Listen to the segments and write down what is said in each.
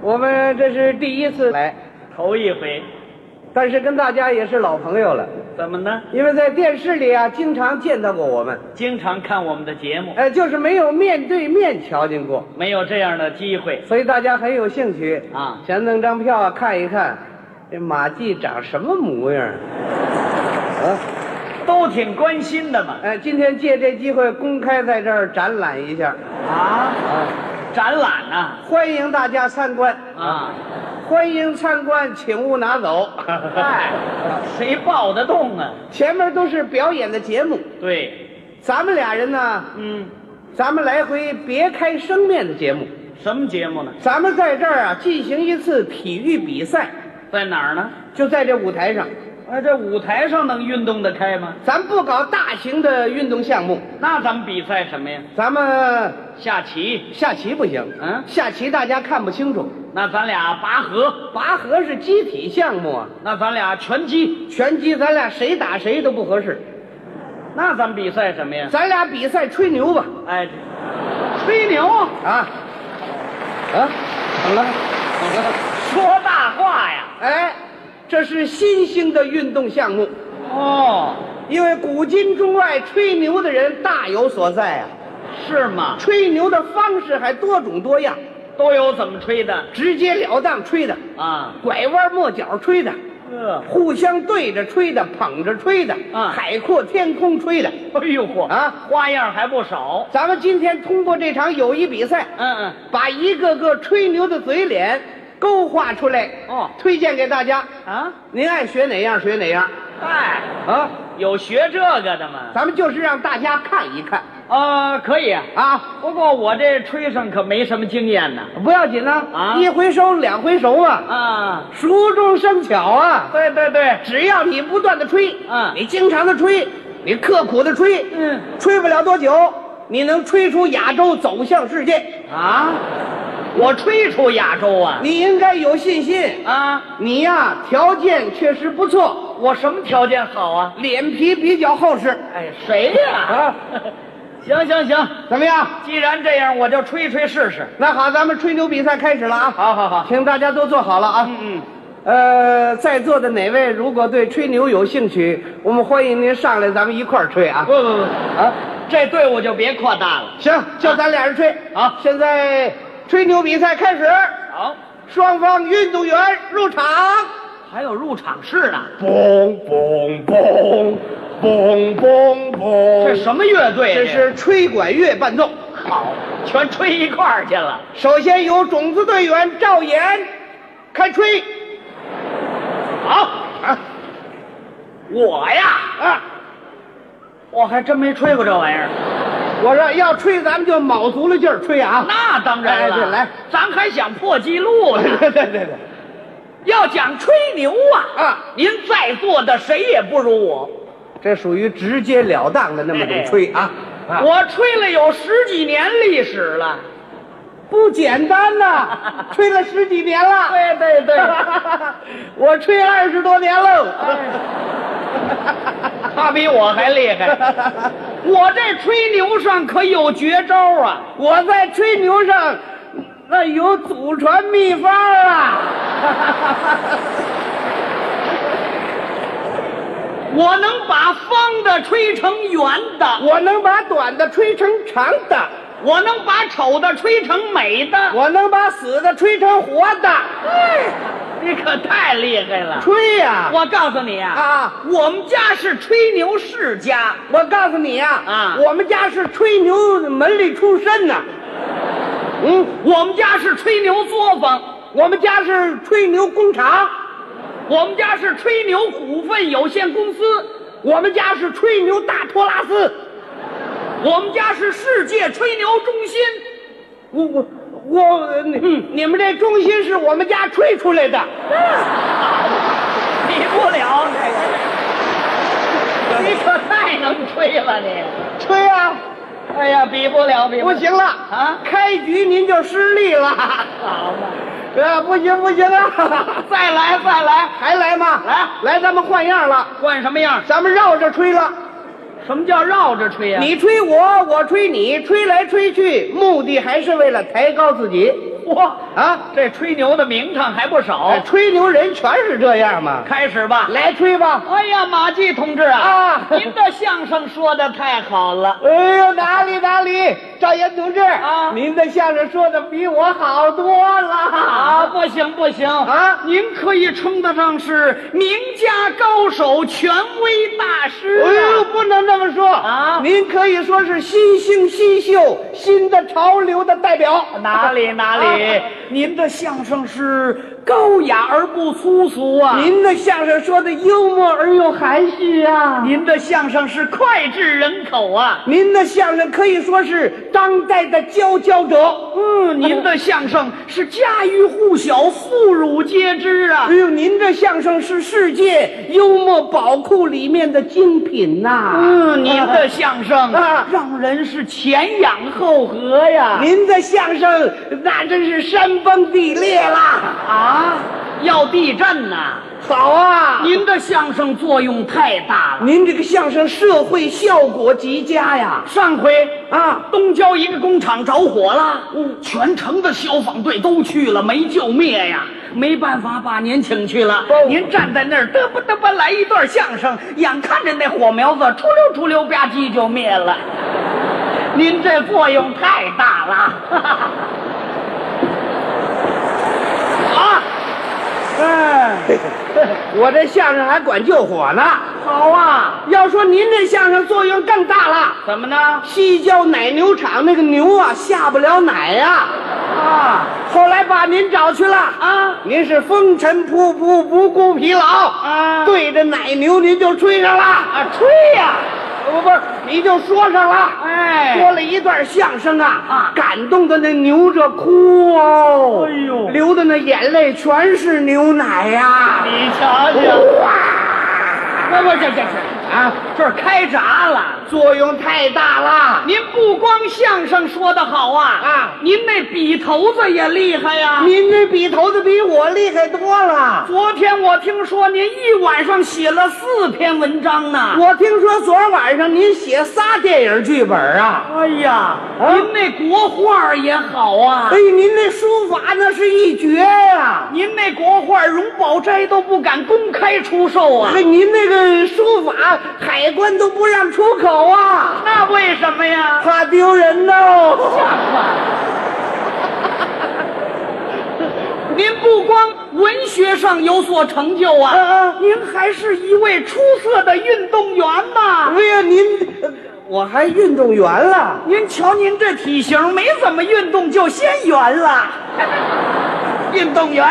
我们这是第一次来，头一回，但是跟大家也是老朋友了，怎么呢？因为在电视里啊，经常见到过我们，经常看我们的节目，呃，就是没有面对面瞧见过，没有这样的机会。所以大家很有兴趣啊想弄张票啊看一看，这马季长什么模样啊？啊，都挺关心的嘛。呃，今天借这机会公开在这儿展览一下，啊，啊，展览呐、欢迎大家参观，啊！欢迎参观，请勿拿走。嗨、谁抱得动啊？前面都是表演的节目，对，咱们俩人呢，嗯，咱们来回别开生面的节目，什么节目呢？咱们在这儿啊进行一次体育比赛，在哪儿呢？就在这舞台上，哎，这舞台上能运动得开吗？咱不搞大型的运动项目，那咱们比赛什么呀？咱们下棋。下棋不行，嗯下棋大家看不清楚，那咱俩拔河。拔河是集体项目啊，那咱俩拳击。拳击咱俩谁打谁都不合适，那咱们比赛什么呀？咱俩比赛吹牛吧，哎，吹牛，啊，啊，怎么了？怎么了？说大话呀。哎，这是新兴的运动项目。哦，因为古今中外吹牛的人大有所在啊，是吗？吹牛的方式还多种多样，都有怎么吹的直截了当吹的，啊？拐弯抹角吹的，这，互相对着吹的，捧着吹的，啊海阔天空吹的。哎呦嚯啊花样还不少。咱们今天通过这场友谊比赛，嗯嗯，把一个个吹牛的嘴脸勾画出来，哦推荐给大家。啊，您爱学哪样学哪样嗨，啊！有学这个的吗？咱们就是让大家看一看啊，可以啊。啊，不过我这吹上可没什么经验呢。不要紧呢啊一回生两回熟啊。啊，熟中生巧啊！对对对，只要你不断的吹，嗯你经常的吹，你刻苦的吹，嗯吹不了多久，你能吹出亚洲，走向世界。啊，我吹出亚洲啊你应该有信心。啊，你呀、条件确实不错，我什么条件好啊？脸皮比较厚实，哎，谁呀、啊 行行行，怎么样？既然这样，我就吹吹试试。那好，咱们吹牛比赛开始了啊！好好好，请大家都坐好了啊。嗯嗯。呃，在座的哪位如果对吹牛有兴趣，我们欢迎您上来，咱们一块儿吹啊不！不不，啊。这队伍就别扩大了。行，就咱俩人吹。好现在吹牛比赛开始，好，双方运动员入场。还有入场式呢。嘣嘣嘣，嘣嘣嘣这这是什么乐队？这是吹管乐伴奏。好，全吹一块儿去了。首先由种子队员赵岩开吹。好，啊我呀，啊！我还真没吹过这玩意儿。我说要吹，咱们就卯足了劲儿吹啊！那当然了，哎对来，咱还想破纪录呢。 对对对对，要讲吹牛啊，啊您在座的谁也不如我。这属于直截了当的那么种吹啊！啊我吹了有十几年历史了。不简单呐、吹了十几年了。 对对对我吹二十多年喽。他比我还厉害。 我这吹牛上可有绝招啊！我在吹牛上，那有祖传秘方啊！我能把方的吹成圆的，我能把短的吹成长的，我能把丑的吹成美的。 我能把死的吹成活的。你可太厉害了！吹呀、我告诉你啊，啊！我们家是吹牛世家，我告诉你呀、啊我们家是吹牛门里出身呐、嗯，我们家是吹牛作坊，我们家是吹牛工厂，我们家是吹牛股份有限公司，我们家是吹牛大托拉斯。我们家是世界吹牛中心。我我我，你、你们这中心是我们家吹出来的。比不了你，你可太能吹了你！吹啊，哎呀，比不了，比不不了。行了啊开局您就失利了， 好嘛，啊，不行不行 啊，再来再来，还来吗？来来，咱们换样了，换什么样？咱们绕着吹了，什么叫绕着吹呀、你吹我，我吹你，吹来吹去，目的还是为了抬高自己。嚯，啊！这吹牛的名堂还不少哎，。吹牛人全是这样嘛。开始吧。来吹吧！哎呀，马季同志啊，啊您的相声说的太好了。哎呦，哪里哪里，赵岩同志啊您的相声说的比我好多了啊，不行不行啊您可以称得上是名家高手、权威大师哎呦，啊。不能这么说啊您可以说是新兴新秀、新的潮流的代表。哪里哪里、啊您的相声是高雅而不粗俗啊。您的相声说的幽默而又含蓄啊！您的相声是脍炙人口啊。您的相声可以说是当代的佼佼者。嗯，您的相声是家喻户晓、妇孺皆知啊哎。呦，您这相声是世界幽默宝库里面的精品呐、嗯，您的相声啊让人是前仰后合呀。 您的相声那真是山崩地裂啦！啊，要地震呐、好啊，您的相声作用太大了。您这个相声社会效果极佳呀！上回啊，东郊一个工厂着火了，嗯全城的消防队都去了，没救灭呀。没办法，把您请去了。哦您站在那儿嘚吧嘚吧来一段相声，眼看着那火苗子出溜出溜吧唧就灭了。 您这作用太大了。 啊，哎，我这相声还管救火呢。好啊，要说您这相声作用更大了。怎么呢？西郊奶牛场那个牛啊，下不了奶呀、啊后来把您找去了啊，啊！您是风尘仆仆不顾疲劳啊对着奶牛您就吹上了，呃啊，吹呀、不不是，你就说上了，哎说了一段相声啊啊感动的那牛这哭哦，哎呦流的那眼泪全是牛奶呀、你瞧哦瞧，那不这这这啊，这儿开闸了。作用太大了，您不光相声说得好啊啊您那笔头子也厉害呀、您这笔头子比我厉害多了。昨天我听说您一晚上写了四篇文章呢。我听说昨儿晚上您写仨电影剧本啊？哎呀，啊您那国画儿也好啊。哎，您那书法那是一绝呀、您那国画儿荣宝斋都不敢公开出售啊哎，，您那个书法海关都不让出口啊，那为什么呀？怕丢人吓哦。死了您不光文学上有所成就啊啊，啊！您还是一位出色的运动员呐。哎呀，您，呃我还运动员了。您瞧您这体型，没怎么运动就先圆了，运动员。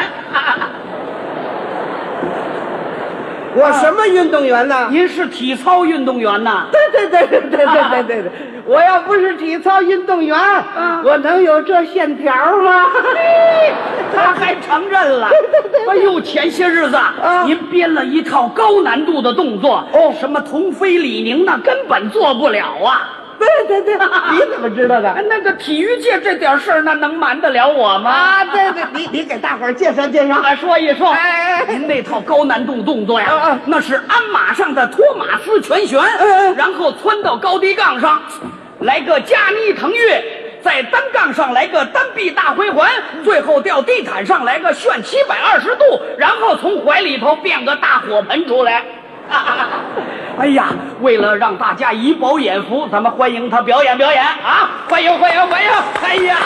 我什么运动员呢？ 您是体操运动员呐？ 对对对对对对对啊对对，我要不是体操运动员，我能有这线条吗？他还承 认了。哎呦，前些日子啊啊您编了一套高难度的动作，哦什么童飞李宁那根本做不了啊。对对对，你怎么知道的哎？那个体育界这点事儿，那能瞒得了我吗？啊，对对，你你给大伙儿介绍介绍。我说一说，哎哎哎您那套高难度动作呀，啊啊那是鞍马上的托马斯全旋，哎哎然后窜到高低杠上，来个加逆腾跃，在单杠上来个单臂大回环，嗯最后掉地毯上来个旋七百二十度，然后从怀里头变个大火盆出来。 哎呀，为了让大家以饱眼福，咱们欢迎他表演表演啊！欢迎欢迎欢迎！哎呀，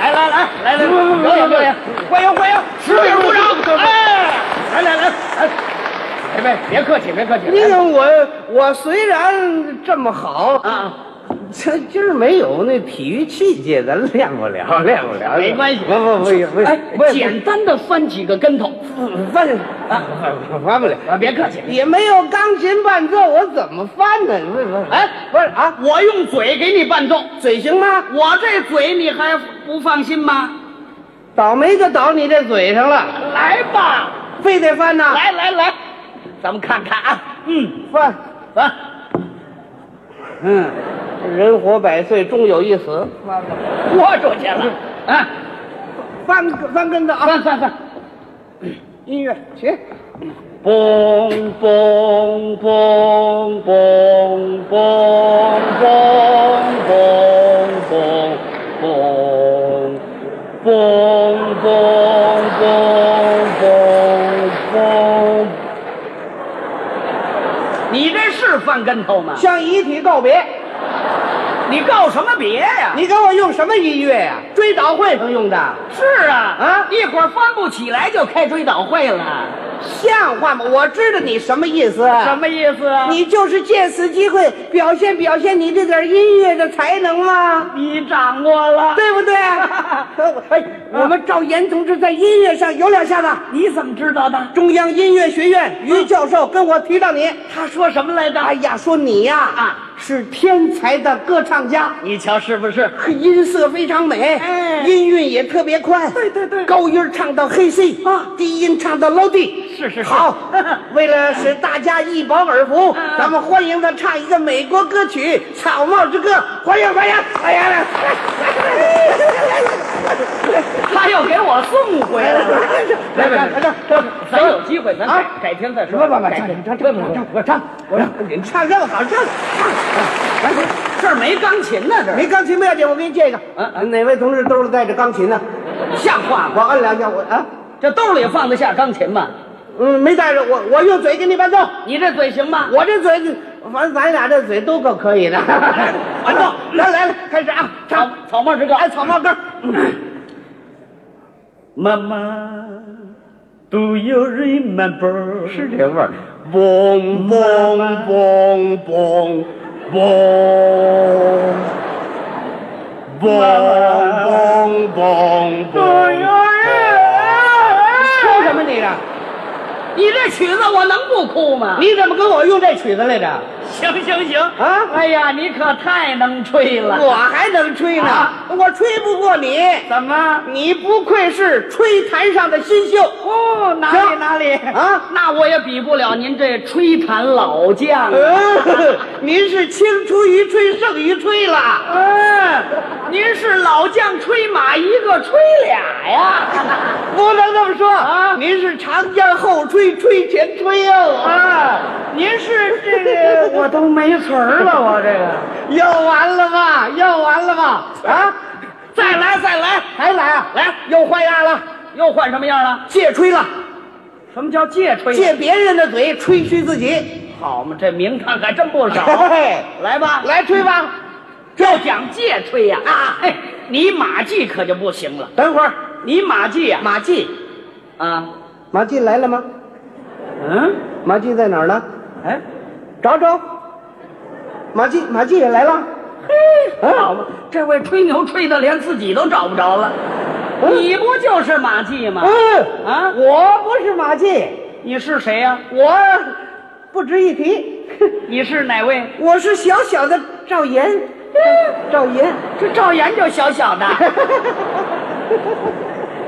来来来来来，嗯表演表演，欢迎欢迎，十里鼓掌！哎，来来来来，别别别客气别客气，那个我我虽然这么好，啊，这今儿没有那体育器械，咱练不了，练不了。没关系不不不不，哎，不简单的翻几个跟头不翻啊，翻不了。啊，别客气。也没有钢琴伴奏，我怎么翻呢？不不，哎，不是啊，我用嘴给你伴奏，嘴行吗？我这嘴你还不放心吗？倒霉就倒你这嘴上了，来吧，非得翻呐？来来来，咱们看看啊，嗯，翻，啊。嗯，人活百岁，终有一死，豁出去了。啊，翻翻跟头啊！翻翻翻，音乐起。嘣嘣嘣嘣嘣嘣嘣嘣嘣。嘣嘣嘣嘣嘣。你这是翻跟头吗？向遗体告别。你告什么别呀、你给我用什么音乐呀、追悼会上用的，是啊，啊一会儿翻不起来就开追悼会了，像话吗？我知道你什么意思。什么意思啊？你就是借此机会表现表现你这点音乐的才能嘛，你掌握了，对不对？哎，我们赵岩同志在音乐上有两下子。你怎么知道的？中央音乐学院于教授跟我提到你，他说什么来着？哎呀，说你呀、啊是天才的歌唱家，你瞧是不是？音色非常美，哎音韵也特别宽，对对对高音唱到黑 C 啊低音唱到 low D，是是是好，为了使大家一饱耳福啊，咱们欢迎他唱一个美国歌曲《草帽之歌》，欢迎欢迎，哎呀，他又给我送回来了。来来来来来。咱有机会，咱啊改改天再不说。哎不不，改唱天唱唱唱唱，我你唱这么好唱，这儿没钢琴呢，这儿没钢琴不要紧，我给你借一个。嗯嗯，哪位同志兜里带着钢琴呢？像话吗？我摁两下，我啊，这兜里放得下钢琴吗？嗯，没带着，我我用嘴给你伴奏。你这嘴行吗？我这嘴，反正咱俩这嘴都够可以 的。伴奏来来来，开始啊，草唱。草帽之歌，哎，草帽歌，妈妈，Do you remember？是这味儿。嘣嘣嘣嘣嘣嘣嘣嘣嘣。哎哭什么你啊？你这曲子我能不哭吗？你怎么跟我用这曲子来着？行行行啊哎呀，你可太能吹我了！还能吹呢，啊我吹不过你。怎么？你不愧是吹坛上的新秀 哦，哪里行哪里啊！那我也比不了您这吹弹老将啊。嗯，您是青出于吹啊胜于吹了。嗯，您是老将吹马一个吹俩呀？不能这么说啊您是长江后吹，吹前吹啊！啊，您是这个哎我都没词儿了，我这个 要完了吧？要完了吧？啊！再来再来，还来啊？来又换样了，又换什么样了？借吹了，什么叫借吹？借别人的嘴吹嘘自己。好嘛，这名堂还真不少。嘿来吧，来吹吧。要讲借吹呀啊！嘿，你马季可就不行了，等会儿，你马季呀马季，啊，马季来了吗？嗯，马季在哪儿呢？哎，找找。马季，马季也来了。嘿，好嘛，这位吹牛吹的连自己都找不着了，嗯你不就是马季吗？嗯啊我不是马季，你是谁呀、我啊不值一 提，你是哪位？我是小小的赵岩，赵岩。这赵岩就小 小的。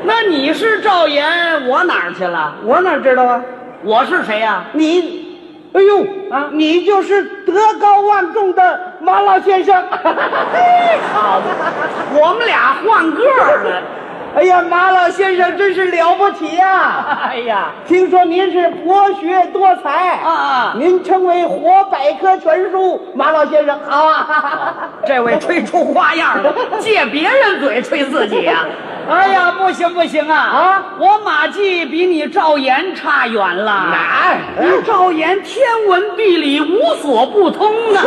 那你是赵岩，我哪儿去了？我哪知道啊？我是谁呀、你，哎呦啊你就是德高望重的马老先 生。好的，我们俩换个儿了。哎呀，马老先生真是了不起呀、哎呀，听说您是博学多才啊啊您称为活百科全书，马老先生啊！ 这位吹出花样了，借别人嘴吹自己呀、 哎呀，不行不行啊！啊，我马季比你赵岩差远了。哪儿你赵岩天文地理无所不通啊！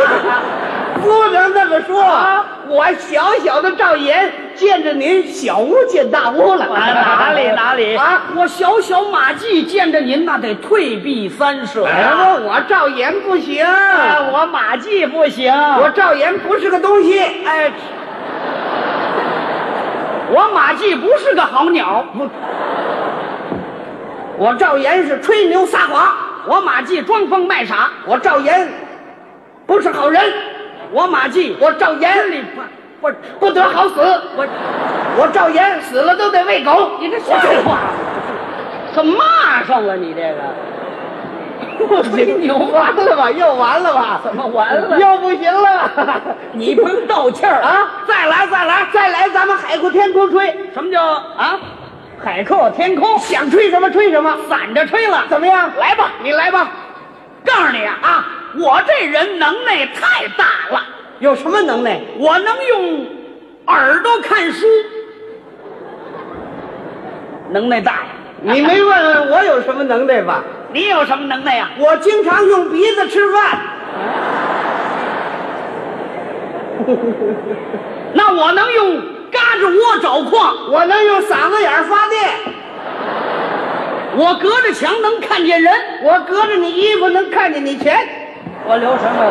不能这么说，啊我小小的赵岩见着您小巫见大巫了，啊，哪里哪 里啊！我小小马季见着您那得退避三舍哎呀、呀，我赵岩不行，哎啊我马季不行，我赵岩不是个东西，哎，我马季不是个好鸟，我赵岩是吹牛撒谎，我马季装疯卖傻，我赵岩不是好人，我马季我赵岩里我不得好死，我，我赵岩死了都得喂狗。你这像话吗？怎么骂上啊了你这个？我吹牛完啊！了吧，又完了吧，怎么完了又不行 了，你甭斗气儿啊！再来再来！再来咱们海阔天空吹，什么叫啊？海阔天空，想吹什么吹什么，散着吹了。怎么样？来吧，你来吧。告诉你啊，啊我这人能耐太大了，有什么能耐？我能用耳朵看书，能耐大呀！ 你没问问我有什么能耐吧？你有什么能耐啊呀、我经常用鼻子吃饭，那我能用嘎吱窝找矿，我能用嗓子眼儿发电，我隔着墙能看见人，我隔着你衣服能看见你钱。我留什么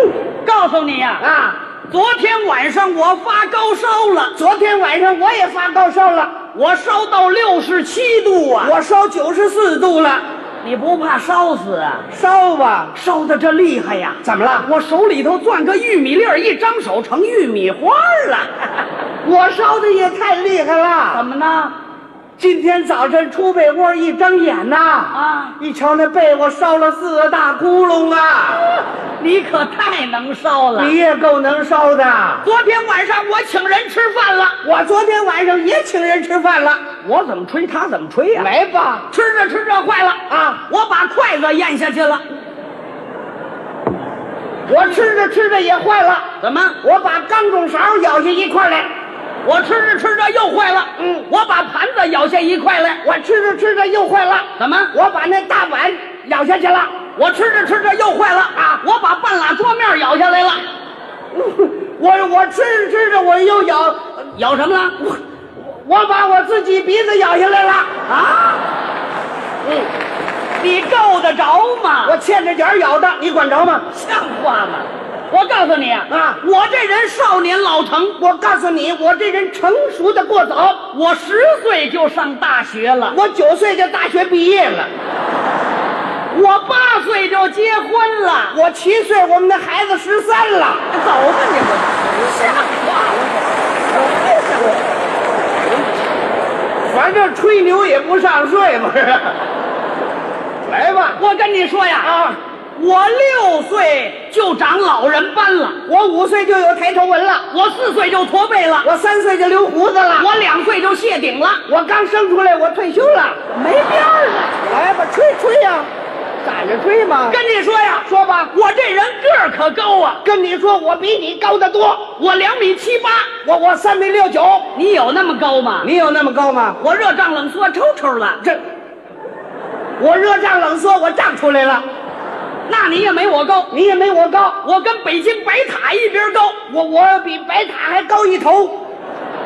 了？嗯告诉你呀、啊，昨天晚上我发高烧了，昨天晚上我也发高烧了，我烧到六十七度啊！我烧九十四度了，你不怕烧死啊？烧吧。烧的这厉害呀！怎么了？我手里头攥个玉米粒儿，一张手成玉米花儿了。 我烧的也太厉害了。怎么呢？今天早晨出被窝一睁眼呐，啊一瞧那被窝烧了四个大窟窿啊！你可太能烧了！你也够能烧的。昨天晚上我请人吃饭了，我昨天晚上也请人吃饭了，我怎么吹他怎么吹啊呀、来吧，吃着吃着坏了啊！我把筷子咽下去了，我吃着吃着也坏了，怎么？我把钢种勺咬下一块儿来，我吃着吃着又坏了，嗯我把盘子咬下一块来，我吃着吃着又坏了，怎么？我把那大碗咬下去了，我吃着吃着又坏了啊！我把半拉桌面咬下来了，我我吃着吃着我又咬，咬什么了？我我把我自己鼻子咬下来了，啊！嗯，你够得着吗？我欠着脚咬的，你管着吗？像话吗？我告诉你啊我这人少年老成，我告诉你，我这人成熟的过早，我十岁就上大学了，我九岁就大学毕业了，我八岁就结婚了。我七岁我们的孩子十三了，走吧你们，像话吗？反正吹牛也不上税，不是？啊来吧，我跟你说呀，啊，我六岁就长老人斑了，我五岁就有抬头纹了，我四岁就驼背了，我三岁就留胡子了，我两岁就谢顶了，我刚生出来我退休了，没边儿来吧，吹吹呀、赶着吹嘛了。跟你说呀，说吧，我这人个儿可高啊，跟你说，我比你高得多，我两米七八，我我三米六九，你有那么高吗？你有那么高吗？我热胀冷缩，抽抽了。这，我热胀冷缩，我胀出来了，那你也没我高，你也没我高，我跟北京白塔一边高，我我比白塔还高一头，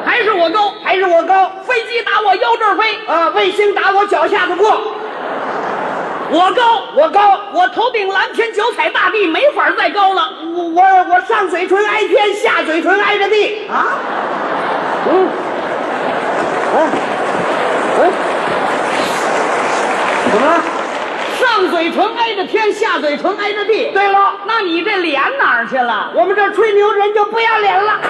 还是我高。还是我高飞机打我腰这儿飞，啊！卫星打我脚下头过，我高，我高，我头顶蓝天，九彩大地，没法再高了我我我上嘴唇挨天，下嘴唇挨着地，啊！嗯，哎，哎，怎么了？上嘴唇挨着天，下嘴唇挨着地。对了，那你这脸哪儿去了？我们这吹牛人就不要脸了。